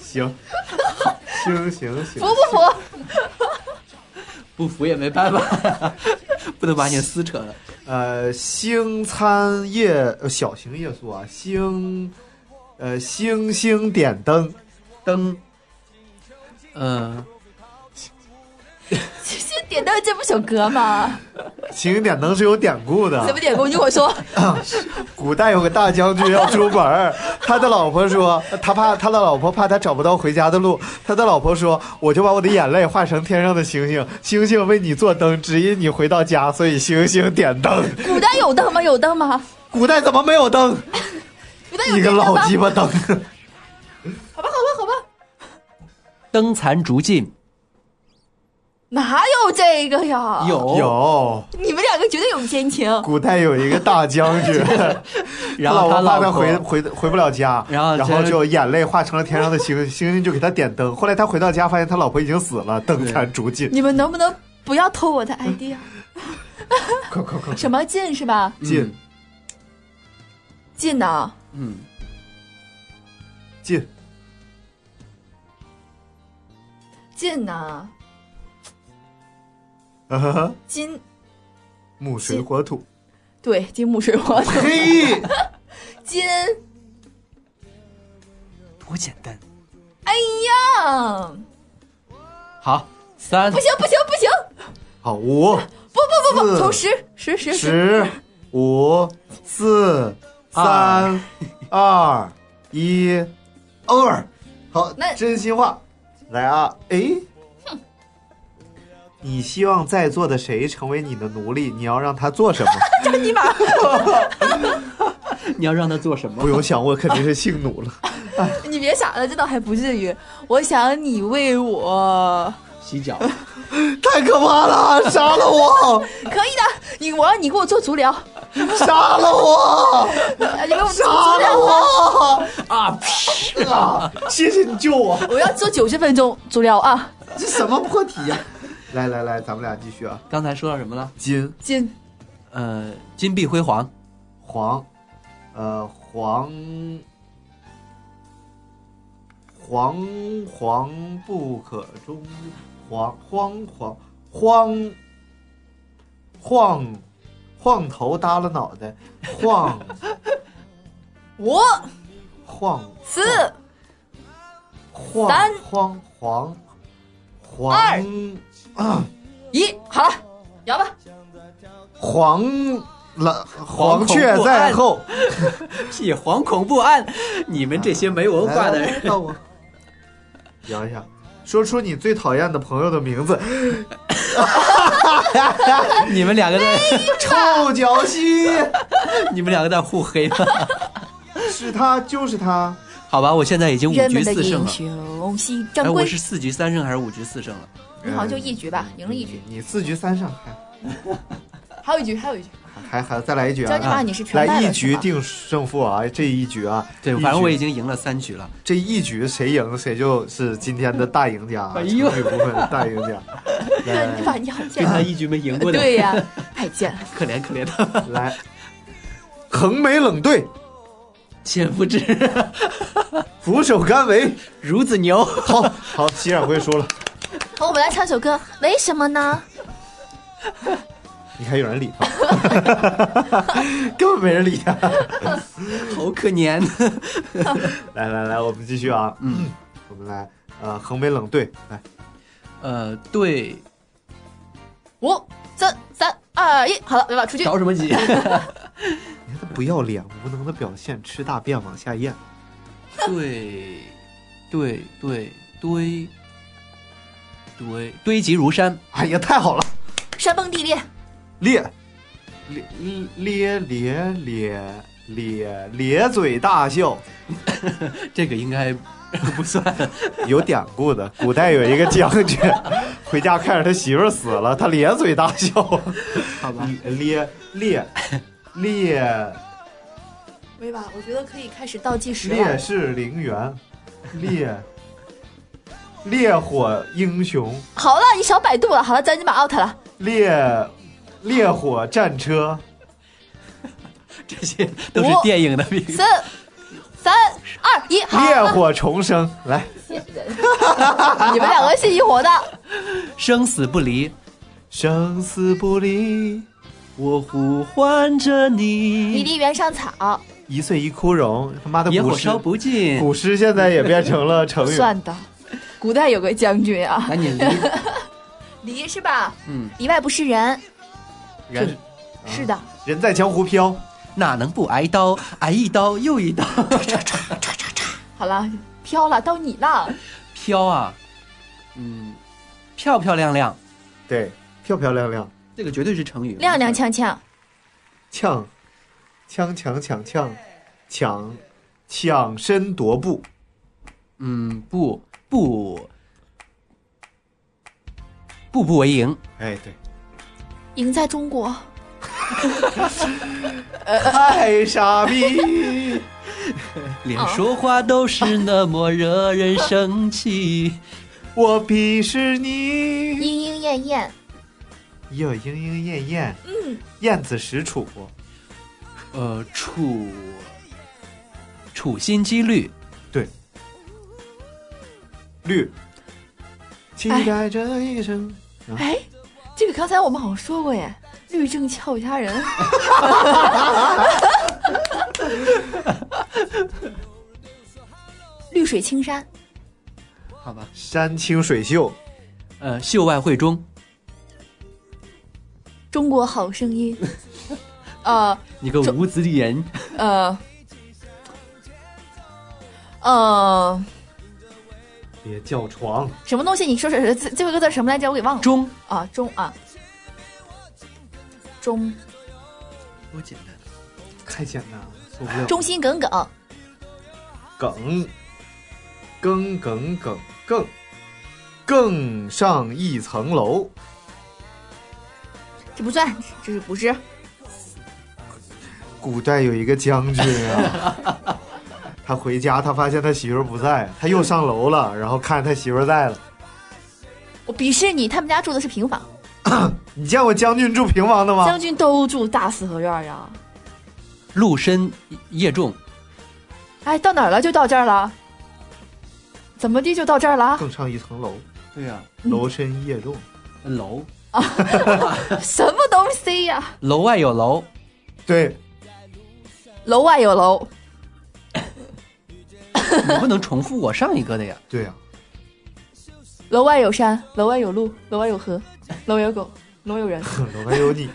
Speaker 3: 行，行行行
Speaker 5: 服，不服？
Speaker 4: 不服也没办法， 不能把你撕扯了。
Speaker 3: 呃，星餐夜呃小型夜宿啊，星呃星星点灯，
Speaker 4: 灯，呃，
Speaker 5: 这这点到这不首歌吗？
Speaker 3: 星星点灯是有典故的
Speaker 5: 怎。么点过？你跟我 说，
Speaker 3: 古代有个大将军要出门 儿，他的老婆说，他怕他的老婆怕他找不到回家的路，他的老婆说，我就把我的眼泪化成天上的星星，星星为你做灯，指引你回到家，所以星星点 灯。
Speaker 5: 古代有灯吗？有灯吗？
Speaker 3: 古代怎么没有灯？
Speaker 5: 古 代有
Speaker 3: 你
Speaker 5: 电
Speaker 3: 个
Speaker 5: 灯吗？
Speaker 3: 老
Speaker 5: 好吧，
Speaker 3: 鸡巴灯！
Speaker 5: 好吧，好吧。
Speaker 4: 灯残烛尽，
Speaker 5: 哪有这个呀？，
Speaker 4: 啊有，
Speaker 3: 有，
Speaker 5: 你们两个绝对有奸情。
Speaker 3: 古代有一个大将军，
Speaker 4: 然后
Speaker 3: 他
Speaker 4: 他
Speaker 3: 老婆
Speaker 4: 老
Speaker 3: 怕他
Speaker 4: 婆
Speaker 3: 回回回不了家，
Speaker 4: 然后
Speaker 3: 然后
Speaker 4: 这
Speaker 3: 就眼泪化成了天上的星， 星星就给他点灯。后来他回到家，发现他老婆已经死了，灯残烛尽。
Speaker 5: 你们能不能不要偷我的 ID 啊？
Speaker 3: 快快快，
Speaker 4: 嗯
Speaker 5: 什么进是吧？
Speaker 3: 尽
Speaker 5: 进呢？
Speaker 4: 嗯，
Speaker 3: 进
Speaker 5: 进呐，
Speaker 3: 啊哈，
Speaker 5: 金
Speaker 3: 木水
Speaker 5: 进
Speaker 3: 火土，
Speaker 5: 对金木水火土，
Speaker 3: 嘿，
Speaker 5: 金
Speaker 4: 多简单。
Speaker 5: 啊，
Speaker 4: 好，三
Speaker 5: 不行不行不行，
Speaker 3: 好，五
Speaker 5: 不不
Speaker 3: 四
Speaker 5: 从十十十十，
Speaker 3: 十五四三二一，over。好，
Speaker 5: 那
Speaker 3: 真心话，来啊！哎，你希望在座的谁成为你的奴隶？你要让他做什么？
Speaker 5: 尼玛，
Speaker 6: 你要让他做什么
Speaker 3: 不？用想，我肯定是性奴了。
Speaker 5: 你别傻了，这倒还不至于。我想你为我
Speaker 6: 洗 脚，
Speaker 3: 太可怕了！杀了我！
Speaker 5: 可以的，你我让你给我做足疗，
Speaker 3: 杀了我！
Speaker 5: 啊你给我
Speaker 3: 杀
Speaker 5: 做足
Speaker 3: 了
Speaker 5: 疗，
Speaker 3: 我！啊！屁啊！谢谢你救我！
Speaker 5: 我要做九十分钟足疗啊，
Speaker 3: 这什么破题呀、来来来，咱们俩继续啊！
Speaker 4: 刚才说到什么了？
Speaker 3: 金
Speaker 5: 金
Speaker 4: 呃，金碧辉煌，
Speaker 3: 黄，呃，黄黄黄不可终日，黄荒黄荒晃晃头耷拉脑袋，晃
Speaker 5: 五
Speaker 3: 晃
Speaker 5: 四
Speaker 3: 晃
Speaker 5: 三
Speaker 3: 晃黄黄
Speaker 5: 二一，好了，摇吧，
Speaker 3: 黄了黄雀
Speaker 4: 恐怖
Speaker 3: 在
Speaker 4: 案
Speaker 3: 后，
Speaker 4: 屁黄恐怖案，你们这些没文化的人，
Speaker 3: 来，哎到我摇一下，说出你最讨厌的朋友的名字。
Speaker 4: 你们两个 在，
Speaker 3: 臭脚西，
Speaker 4: 你们两个在互黑了。
Speaker 3: 是他就是他，
Speaker 4: 好吧，我现在已经五
Speaker 5: 人
Speaker 4: 局
Speaker 5: 们的
Speaker 4: 四胜
Speaker 5: 英
Speaker 4: 了。
Speaker 5: 雄惜
Speaker 4: 哎，
Speaker 5: 张
Speaker 4: 我
Speaker 5: 归
Speaker 4: 是，四局三胜还是五局四胜了？
Speaker 5: 你好像就一局吧，赢了一局，
Speaker 3: 你四局三胜，还
Speaker 5: 还有一局，还有一局，
Speaker 3: 还还再来一局
Speaker 5: 教你
Speaker 3: 啊！
Speaker 5: 爸你是全败
Speaker 3: 来一
Speaker 5: 了
Speaker 3: 局
Speaker 5: 是吧？
Speaker 3: 定胜负啊！这一局啊，
Speaker 4: 对，
Speaker 3: 一局
Speaker 4: 反正我已经赢了三局了。
Speaker 3: 这一局谁赢谁就是今天的大赢家啊，
Speaker 6: 哎呦
Speaker 3: 成语部分的大赢家。
Speaker 5: 对， 你爸
Speaker 3: 来
Speaker 5: 你好
Speaker 6: 对
Speaker 5: 贱
Speaker 6: 他
Speaker 5: 啊，
Speaker 6: 一局没赢过的，
Speaker 5: 对呀，太贱了，
Speaker 4: 可怜可怜的
Speaker 3: 来，横眉冷对，
Speaker 4: 潜伏之
Speaker 3: 俯首甘为。
Speaker 4: 孺子牛，
Speaker 3: 好好，熙冉会输了，
Speaker 5: 好，我们来唱首歌，为什么呢？
Speaker 3: 你看有人理他， 根本没人理他。
Speaker 4: 好可怜。
Speaker 3: 来来来，我们继续啊，嗯，我们来，呃，横眉冷对，来，
Speaker 4: 呃，对，
Speaker 5: 五四三二一，好了，对吧？出去。
Speaker 4: 着什么急？
Speaker 3: 你哎看他不要脸，无能的表现，吃大便往下咽。
Speaker 4: 对，对对堆，堆堆积如山，
Speaker 3: 哎呀，太好了！
Speaker 5: 山崩地裂，
Speaker 3: 咧咧咧咧咧咧咧嘴大笑，
Speaker 4: 这个应该不算。
Speaker 3: 有典故的。 古代有一个将军， 回家看着他媳妇儿死了，他咧嘴大笑。
Speaker 4: 好吧，
Speaker 3: 咧咧咧
Speaker 5: 没吧？我觉得可以开始倒计时
Speaker 3: 烈
Speaker 5: 了。
Speaker 3: 士陵园，烈烈火英雄，
Speaker 5: 好了，你少百度了。好了，咱今把 out 了。
Speaker 3: 烈烈火战车，
Speaker 4: 这些都是电影的名字
Speaker 5: 四。三二一，好
Speaker 3: 烈
Speaker 5: 了。
Speaker 3: 火重生。来，
Speaker 5: 你们两个是一伙的。
Speaker 4: 生死不离。
Speaker 3: 生死不离。
Speaker 4: 我呼唤着
Speaker 5: 离
Speaker 4: 你，
Speaker 5: 离原上草，
Speaker 3: 一岁一枯荣，他妈的
Speaker 4: 野
Speaker 3: 古
Speaker 4: 火
Speaker 3: 诗，
Speaker 4: 烧不尽。
Speaker 3: 古诗现在也变成了成语。
Speaker 5: 算的。古代有个将军啊，
Speaker 4: 赶紧离，
Speaker 5: 离是吧？
Speaker 4: 嗯，
Speaker 5: 里外不是人。
Speaker 4: 人
Speaker 5: 是的，
Speaker 3: 人在江湖飘，
Speaker 4: 哪能不挨刀？挨一刀又一刀，
Speaker 5: 好了，飘了，到你了。
Speaker 4: 飘啊，嗯，漂漂亮亮，
Speaker 3: 对，漂漂亮亮，
Speaker 4: 这个绝对是成语。
Speaker 5: 踉踉跄跄，
Speaker 3: 呛，锵锵锵锵，抢，抢身夺步，
Speaker 4: 嗯，不不，步步为营。
Speaker 3: 哎，对，
Speaker 5: 赢在中国。
Speaker 3: 太傻逼，
Speaker 4: 连说话都是那么惹人生气。
Speaker 3: 我鄙视你。
Speaker 5: 莺莺燕燕，
Speaker 3: 哟，莺莺燕燕，嗯，燕子使楚，
Speaker 4: 呃，处处心积虑，
Speaker 3: 对，绿，期待这一生。
Speaker 5: 哎，这个刚才我们好像说过耶，律政俏与佳 人。绿水青山，
Speaker 4: 好吧，
Speaker 3: 山清水秀，
Speaker 4: 呃，秀外慧中，
Speaker 5: 中国好声 音。呃
Speaker 4: 你个
Speaker 5: 这
Speaker 4: 无子里人，
Speaker 5: 呃呃，
Speaker 3: 别叫床。
Speaker 5: 什么东西？你说说说最最后一个字什么来着？我给忘了。
Speaker 4: 中，
Speaker 5: 啊，中啊，中
Speaker 4: 多简单，
Speaker 3: 太简单了，受不了。
Speaker 5: 忠心耿耿，
Speaker 3: 梗，更梗梗更，更上一层楼。
Speaker 5: 这不算，这是古诗。
Speaker 3: 古代有一个将军啊， 他回家，他发现他媳妇儿不在，他又上楼了，然后看他媳妇儿在了。
Speaker 5: 我鄙视你，他们家住的是平房，
Speaker 3: 你见过将军住平房的吗
Speaker 5: 将？军都住大四合院儿啊。
Speaker 4: 陆深叶重，
Speaker 5: 哎，到哪儿了？就到这儿了？怎么地就到这儿 了啊？
Speaker 3: 更上一层楼，
Speaker 4: 对呀、
Speaker 5: 嗯
Speaker 3: 楼深夜重。
Speaker 4: 楼
Speaker 5: 什么东西呀、
Speaker 4: 楼外有 楼，
Speaker 3: 对，
Speaker 5: 楼外有楼，
Speaker 4: 你不能重复我上一个的呀，
Speaker 3: 对呀、啊
Speaker 5: 楼外有山，楼外有路，楼外有河，楼外有狗，楼外 有人，
Speaker 3: 啊，楼外有你，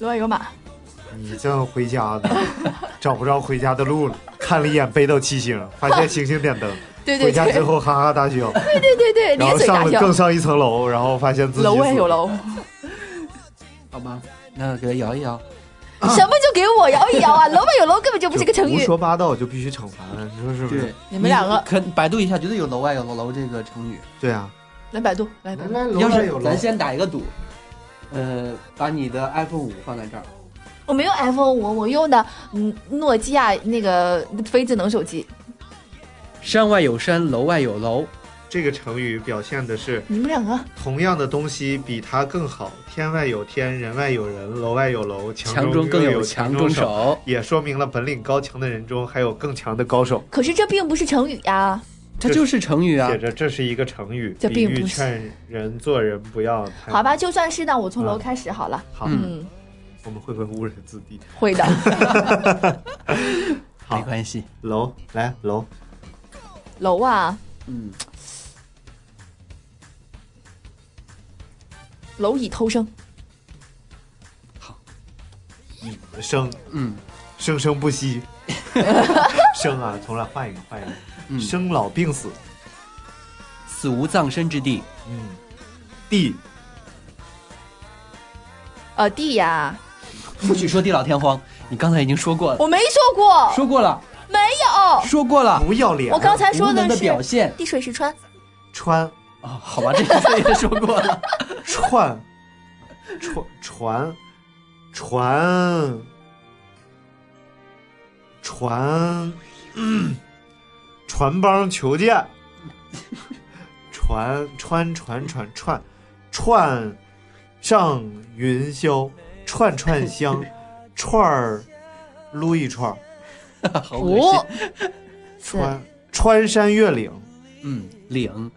Speaker 5: 楼外有马。
Speaker 3: 你正回家呢，找不着回家的路了。看了一眼北斗七星，发现星星点灯。
Speaker 5: 对对
Speaker 3: 回家
Speaker 5: 对
Speaker 3: 之，后哈哈大笑，
Speaker 5: 对对对，
Speaker 3: 然
Speaker 5: 咧
Speaker 3: 后
Speaker 5: 嘴
Speaker 3: 上
Speaker 5: 大
Speaker 3: 了
Speaker 5: 笑
Speaker 3: 更。上一层楼，然后发现自己
Speaker 5: 楼外
Speaker 3: 死
Speaker 5: 有
Speaker 3: 了。
Speaker 5: 楼，
Speaker 4: 好吧，那给他摇一摇，
Speaker 5: 什么就给我摇一 摇啊？楼外有楼根本就不是个成
Speaker 3: 胡
Speaker 5: 语。
Speaker 3: 说八道就必须惩罚，你说是不是？，
Speaker 5: 你们两个
Speaker 4: 可百度一下，绝对有楼外有楼这个成语。
Speaker 3: 对啊，
Speaker 5: 来百度，来百度。
Speaker 3: 楼
Speaker 4: 要是咱先打一个赌，呃，把你的 iPhone 五放在这儿，
Speaker 5: 我没有 iPhone 五，我用的嗯诺基亚那个非智能手机。
Speaker 4: 山外有山，楼外有楼，
Speaker 3: 这个成语表现的是
Speaker 5: 你们两个
Speaker 3: 同样的东西比它更好，天外有天，人外有人，楼外有楼，
Speaker 4: 强
Speaker 3: 中
Speaker 4: 中更
Speaker 3: 有
Speaker 4: 强
Speaker 3: 中
Speaker 4: 中。手。
Speaker 3: 也说明了本领高强的人中还有更强的高手，
Speaker 5: 可是这并不是成语呀、
Speaker 4: 它就是成语啊
Speaker 3: 写，着这是一个成语，
Speaker 5: 这
Speaker 3: 比
Speaker 5: 并
Speaker 3: 喻
Speaker 5: 不是
Speaker 3: 劝人做人不要太
Speaker 5: 好吧，就算是呢，我从楼开始好了。
Speaker 3: 好，
Speaker 4: 嗯
Speaker 5: 嗯，
Speaker 3: 我们会不会误人子弟？
Speaker 5: 会的。
Speaker 3: 好
Speaker 4: 没关系。
Speaker 3: 楼来楼，
Speaker 5: 楼啊，
Speaker 4: 嗯，
Speaker 5: 蝼蚁偷生，
Speaker 3: 生
Speaker 4: 嗯，
Speaker 3: 生生不息， 生啊，重来换一个换一个，
Speaker 4: 嗯
Speaker 3: 生老病死，
Speaker 4: 死无葬身之地，
Speaker 3: 嗯，地
Speaker 5: 呃，地呀、
Speaker 4: 不许说地老天荒。你刚才已经说过了，
Speaker 5: 我没说过，
Speaker 4: 说过了，
Speaker 5: 没有。
Speaker 4: 说过了。
Speaker 3: 不要脸，
Speaker 5: 我刚才说
Speaker 4: 无
Speaker 3: 哎
Speaker 4: 能的
Speaker 5: 是
Speaker 4: 表现
Speaker 5: 滴水石穿，
Speaker 3: 穿
Speaker 4: 啊、好吧，这个也说过了。
Speaker 3: 串串传传传传帮求见，传穿传传串串上云霄，串串香，串儿撸一串儿，
Speaker 4: 好恶心。
Speaker 3: 穿穿山越岭，
Speaker 4: 嗯，领，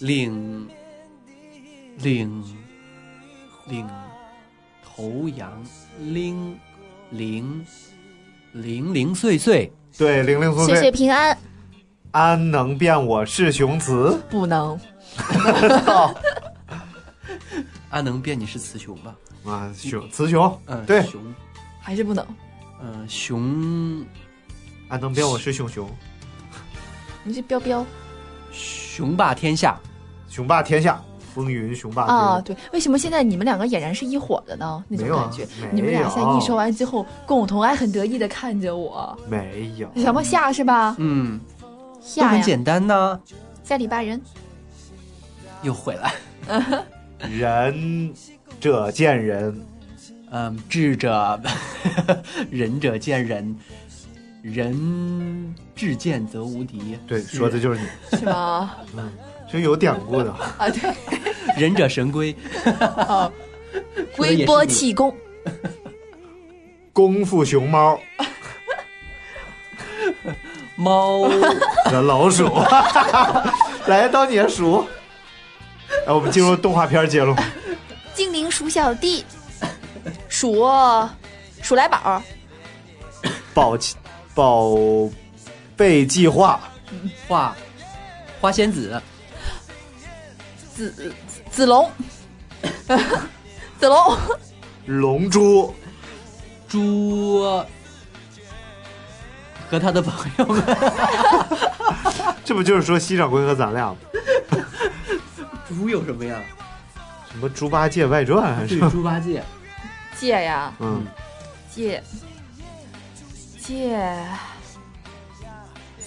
Speaker 4: 领，领，领，头羊，零，零，零零碎碎，
Speaker 3: 对，零零
Speaker 5: 岁
Speaker 3: 碎
Speaker 5: 岁
Speaker 3: 碎，
Speaker 5: 平安，
Speaker 3: 安能辨我是雄雌？ 啊
Speaker 5: 不能。
Speaker 4: 安能辨你是雌雄吧？
Speaker 3: 啊，雄雌雄，
Speaker 4: 嗯、
Speaker 3: 对
Speaker 4: 雄，
Speaker 5: 还是不能，
Speaker 4: 呃，雄，
Speaker 3: 安能辨我是雄雄？
Speaker 5: 你这彪彪
Speaker 4: 雄霸天下，
Speaker 3: 雄霸天下，风云雄霸
Speaker 5: 啊！
Speaker 3: 天
Speaker 5: 对，为什么现在你们两个俨然是一伙的呢？那种
Speaker 3: 没有啊
Speaker 5: 感觉
Speaker 3: 没，有
Speaker 5: 你们俩现在一说啊完之后，共同还很得意的看着我，
Speaker 3: 下。没有，
Speaker 5: 什么下是吧？
Speaker 4: 嗯，都
Speaker 5: 下
Speaker 4: 很
Speaker 5: 呀，
Speaker 4: 简单呐、
Speaker 5: 下礼拜人，
Speaker 4: 又回来，
Speaker 3: 仁者见仁，
Speaker 4: 嗯，智者，仁者见仁，仁至见则无敌，
Speaker 3: 对，说的就是你，
Speaker 5: 是吧？
Speaker 3: 就有典故的。
Speaker 5: 啊，对，
Speaker 4: 仁者神 龟，
Speaker 5: 哦，
Speaker 4: 说的也是
Speaker 5: 微波
Speaker 4: 你
Speaker 5: 气功，
Speaker 3: 功夫熊猫，
Speaker 4: 猫，
Speaker 3: 老鼠， 来到你的鼠。来，哎我们进入动画片接龙。
Speaker 5: 精灵鼠小 弟，鼠鼠来宝，
Speaker 3: 宝宝贝计划，
Speaker 4: 画花仙子，
Speaker 5: 子子龙， 子龙，
Speaker 3: 龙珠，
Speaker 4: 猪和他的朋友们，
Speaker 3: 这不就是说西掌柜和咱俩吗？
Speaker 4: 猪有什么呀？
Speaker 3: 什么猪八戒外传还
Speaker 4: 对
Speaker 3: 是，？
Speaker 4: 猪八戒，
Speaker 5: 借呀
Speaker 3: 嗯，
Speaker 5: 借借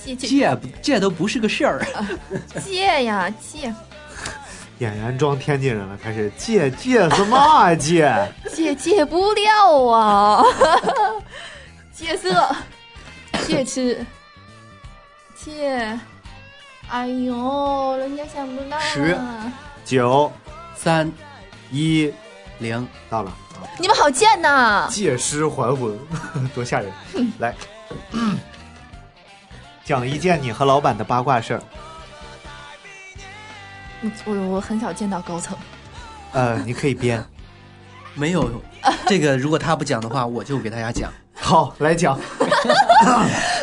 Speaker 5: 借借
Speaker 4: 这不这都不是个事儿。
Speaker 5: 借呀借
Speaker 3: 演员装天津人了，开始借借是嘛呀借？
Speaker 5: 借借不掉啊！ 借色，借吃，借，哎呦，人家想不到
Speaker 3: 十
Speaker 5: 啊！
Speaker 3: 九
Speaker 4: 三
Speaker 3: 一
Speaker 4: 零，
Speaker 3: 到了，
Speaker 5: 你们好贱呐！
Speaker 3: 借尸还魂， 多吓人！来，讲一件你和老板的八卦事儿。
Speaker 5: 我我很少见到高层，
Speaker 3: 呃，你可以编。
Speaker 4: 没有这个，如果他不讲的话，我就给大家讲。
Speaker 3: 好，来讲。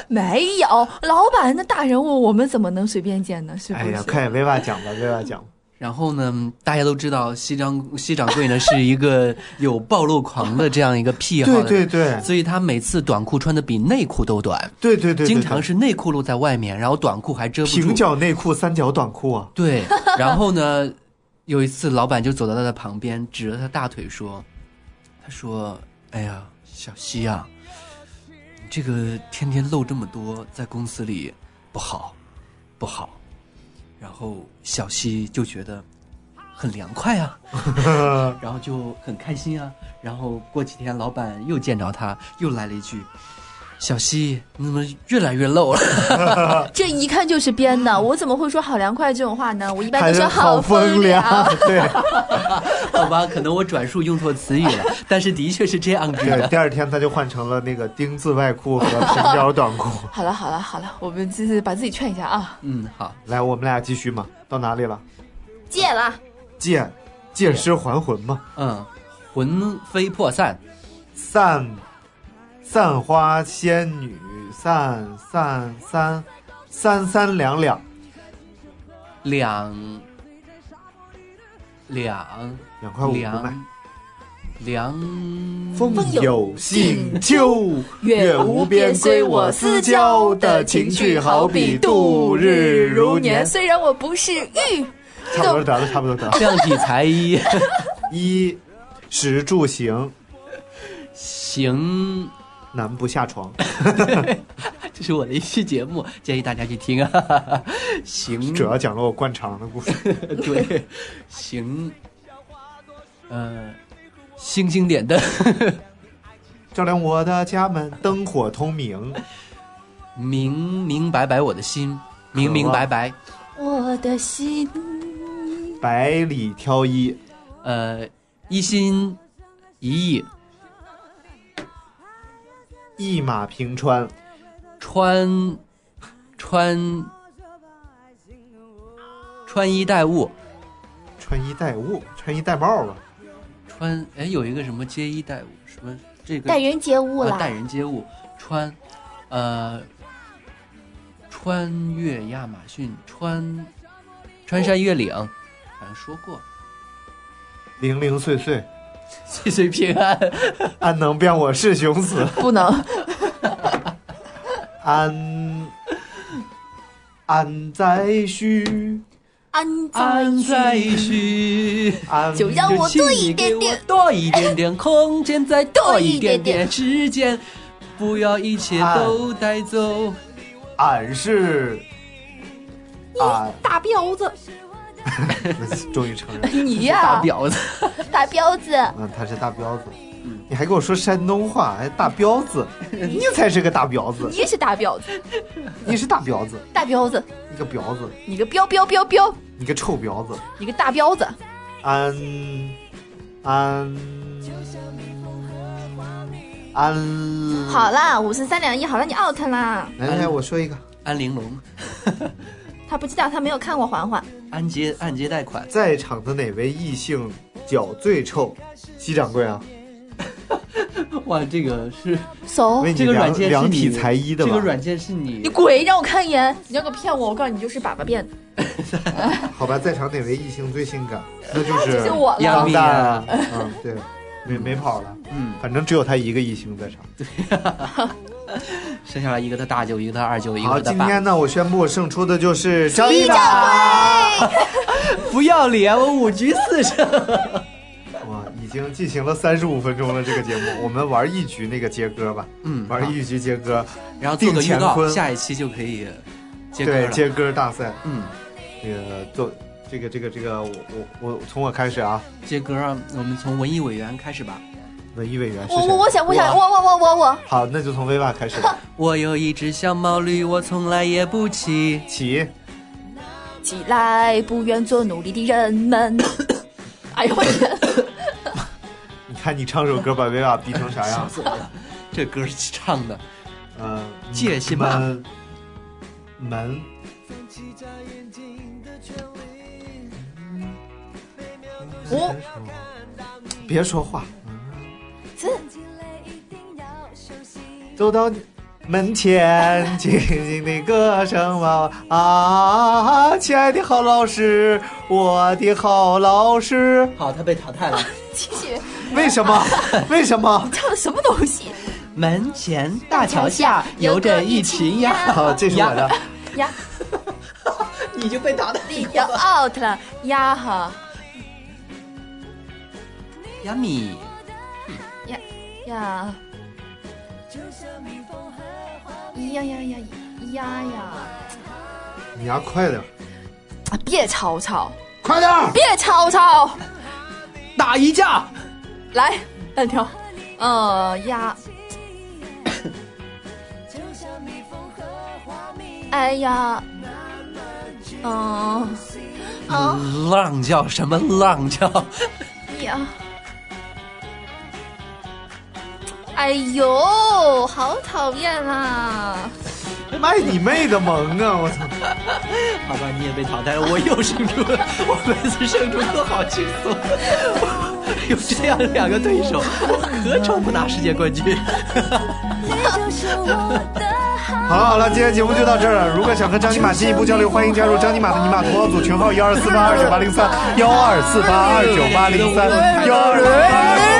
Speaker 5: 没有老板那大人物，我们怎么能随便见呢？是不
Speaker 3: 哎
Speaker 5: 是？
Speaker 3: 呀，快威娃讲吧，威娃讲吧。
Speaker 4: 然后呢，大家都知道西掌西掌柜呢是一个有暴露狂的这样一个癖好
Speaker 3: 对
Speaker 4: 的，
Speaker 3: 对对
Speaker 4: 所以他每次短裤穿的比内裤都短，
Speaker 3: 对对对，
Speaker 4: 经常是内裤露在外面，然后短裤还遮不
Speaker 3: 平
Speaker 4: 住。
Speaker 3: 角内裤、三角短裤啊。
Speaker 4: 对，然后呢，有一次老板就走到他的旁边，指着他大腿说：“他说，哎呀，小西啊，你这个天天露这么多，在公司里不好，不好。”然后小西就觉得很凉快 啊，然后就很开心啊。然后过几天，老板又见着他，又来了一句：“小西，你怎么越来越露了
Speaker 5: 这一看就是编 的，我怎么会说好凉快这种话呢？我一般
Speaker 3: 还
Speaker 5: 都
Speaker 3: 是
Speaker 5: 说
Speaker 3: 好
Speaker 5: 风
Speaker 3: 风凉， 对
Speaker 4: 好吧，可能我转述用错词语了，但是的确是 这样子
Speaker 3: 对，
Speaker 4: 的。
Speaker 3: 第二天他就换成了那个丁字外裤和平角短裤。
Speaker 5: 好了好了好了，我们就是把自己劝一下啊！
Speaker 4: 嗯，好，
Speaker 3: 来，我们俩继续嘛，到哪里了？
Speaker 5: 戒了，
Speaker 3: 借借尸还魂嘛，
Speaker 4: 嗯，魂飞魄散，
Speaker 3: 散散花仙女，散散三三三两两
Speaker 4: 两两
Speaker 3: 两块五不卖
Speaker 4: 两。两
Speaker 3: 风有信秋，
Speaker 5: 月无边虽我思娇的情绪好比度日如年。虽然我不是玉，
Speaker 3: 差不多得了，差不多得了。
Speaker 4: 量体裁衣，
Speaker 3: 衣食住行，
Speaker 4: 行，
Speaker 3: 男不下床。
Speaker 4: 这是我的一期节目，建议大家去听啊。行，
Speaker 3: 主要讲了我灌肠的故事。
Speaker 4: 对，行，呃，星星点灯，
Speaker 3: 照亮我的家门，灯火通明。
Speaker 4: 明明白白我的心，明明白白，
Speaker 5: 我的心
Speaker 3: 百里挑一，
Speaker 4: 呃，一心一意，
Speaker 3: 一马平川，
Speaker 4: 穿穿穿衣戴物，
Speaker 3: 穿衣戴物，穿衣戴帽吧。
Speaker 4: 穿哎有一个什么接衣戴物，什么这个
Speaker 5: 待人接物
Speaker 4: 呃
Speaker 5: 啦
Speaker 4: 待，人接物，穿呃穿越亚马逊，穿穿山越岭，好像说过，
Speaker 3: 零零碎碎，
Speaker 4: 岁岁平安，
Speaker 3: 安能辨我是雄雌？
Speaker 5: 不能
Speaker 3: 安安在须，
Speaker 5: 安
Speaker 4: 安在须。
Speaker 3: 安
Speaker 5: 就让我
Speaker 4: 就
Speaker 5: 多
Speaker 4: 请
Speaker 5: 一
Speaker 4: 你给
Speaker 5: 点
Speaker 4: 我
Speaker 5: 点。
Speaker 4: 多一点 点，空间再多一点
Speaker 5: 多一点
Speaker 4: 点，时间不要一切都带走。
Speaker 3: 俺是俺，
Speaker 5: 大彪子，
Speaker 3: 终于承认，
Speaker 5: 你
Speaker 4: 大
Speaker 5: 呀，
Speaker 4: 婊子，
Speaker 5: 大彪子，
Speaker 3: 嗯，他是大彪子。你还跟我说山东话，还大彪子，你才是个大彪子
Speaker 5: 你，也是大彪子，
Speaker 3: 你是大彪子，
Speaker 5: 大彪子，
Speaker 3: 你个彪子，
Speaker 5: 你个彪彪彪彪，
Speaker 3: 你个臭彪子。
Speaker 5: 你个大彪子，
Speaker 3: 安安安，
Speaker 5: 好啦，五十三两一，好了，你 out 啦，
Speaker 3: 来来，我说一个，
Speaker 4: 安安玲珑，
Speaker 5: 他不知道，他没有看过环环。
Speaker 4: 按揭按揭贷款，
Speaker 3: 在场的哪位异性脚最臭？西掌柜啊，
Speaker 4: 哇，这个是
Speaker 5: 走，
Speaker 3: 为你
Speaker 4: 哦这个软
Speaker 3: 量
Speaker 4: 件是
Speaker 3: 量
Speaker 4: 你
Speaker 3: 体裁衣的
Speaker 4: 这
Speaker 3: 吧？
Speaker 4: 个软件是你
Speaker 5: 你鬼让我看一眼，你要个骗我，我告诉你，你就是粑粑变的，
Speaker 3: 好吧，在场哪位异性最性感？那就
Speaker 5: 就是是我了。
Speaker 4: 杨
Speaker 3: 张
Speaker 4: 幂
Speaker 3: 大
Speaker 4: 啊
Speaker 3: 啊，嗯，对，没没跑了，
Speaker 4: 嗯，
Speaker 3: 反正只有他一个异性在场。
Speaker 4: 生下来一个他大舅，一个他二舅，一
Speaker 3: 好，
Speaker 4: 个他
Speaker 3: 今
Speaker 4: 爸，
Speaker 3: 天呢，我宣布胜出的就是张一
Speaker 4: 李
Speaker 3: 掌。
Speaker 4: 不要脸，我五局 四胜，
Speaker 3: 哇，已经进行了三十五分钟了，这个节目，我们玩一局那个接歌吧，
Speaker 4: 嗯，
Speaker 3: 玩一局接歌，
Speaker 4: 然后做个
Speaker 3: 定乾
Speaker 4: 预告，
Speaker 3: 坤
Speaker 4: 下一期就可以接歌
Speaker 3: 对，
Speaker 4: 了，
Speaker 3: 接歌大赛，
Speaker 4: 嗯，
Speaker 3: 那个做这个这个这个，我我我从我开始啊，
Speaker 4: 接歌啊，我们从文艺委员开始吧。
Speaker 3: 文艺委员是
Speaker 5: 我
Speaker 3: 谁？
Speaker 5: 我我想我想我我我我我，
Speaker 3: 好，那就从 Viva 开始吧，
Speaker 4: 我有一只小毛驴，我从来也不骑。
Speaker 3: 起，
Speaker 5: 起来！不愿做奴隶的人们。哎呦我天！
Speaker 3: 你看你唱首歌把 Viva 逼成啥样？
Speaker 4: 死我了！ 这歌是唱的，
Speaker 3: 呃，
Speaker 4: 戒心吧
Speaker 3: 门门
Speaker 5: 我
Speaker 3: 别说话，
Speaker 5: 这
Speaker 3: 走到你门前，轻轻地歌声嘛啊，亲爱的好老师，我的好老师，
Speaker 4: 好，他被淘汰了。
Speaker 5: 继续
Speaker 3: 为什么？ 为什么？
Speaker 5: 唱的什么东西？
Speaker 4: 门前大桥下游着一群鸭，
Speaker 3: 啊，这是我的，
Speaker 5: 呀，
Speaker 4: 你就被淘汰
Speaker 5: 你要 out 了呀哈
Speaker 4: 亚米，
Speaker 5: 呀！呀呀呀呀呀！
Speaker 3: 你丫快点儿，
Speaker 5: 啊，别吵吵，
Speaker 3: 快点儿！
Speaker 5: 别吵吵，
Speaker 4: 打一架，
Speaker 5: 来，单挑。呃呀，哎呀，嗯、
Speaker 4: 哦
Speaker 5: 啊
Speaker 4: 浪叫什么浪 叫？
Speaker 5: 呀，哎呦，好讨厌啊！
Speaker 3: 卖你妹的萌啊！我操，
Speaker 4: 好吧，你也被淘汰了，我又胜出了，我每次胜出都好轻松。 有这样两个对手，我何愁不拿世界冠军？
Speaker 3: 好了好了，今天节目就到这儿了。如果想和张尼玛进一步交流，欢迎加入张尼玛的尼玛同好组群号幺二四八二九八零三幺二四八二九八零三幺二四八二九八零三。
Speaker 4: Oh,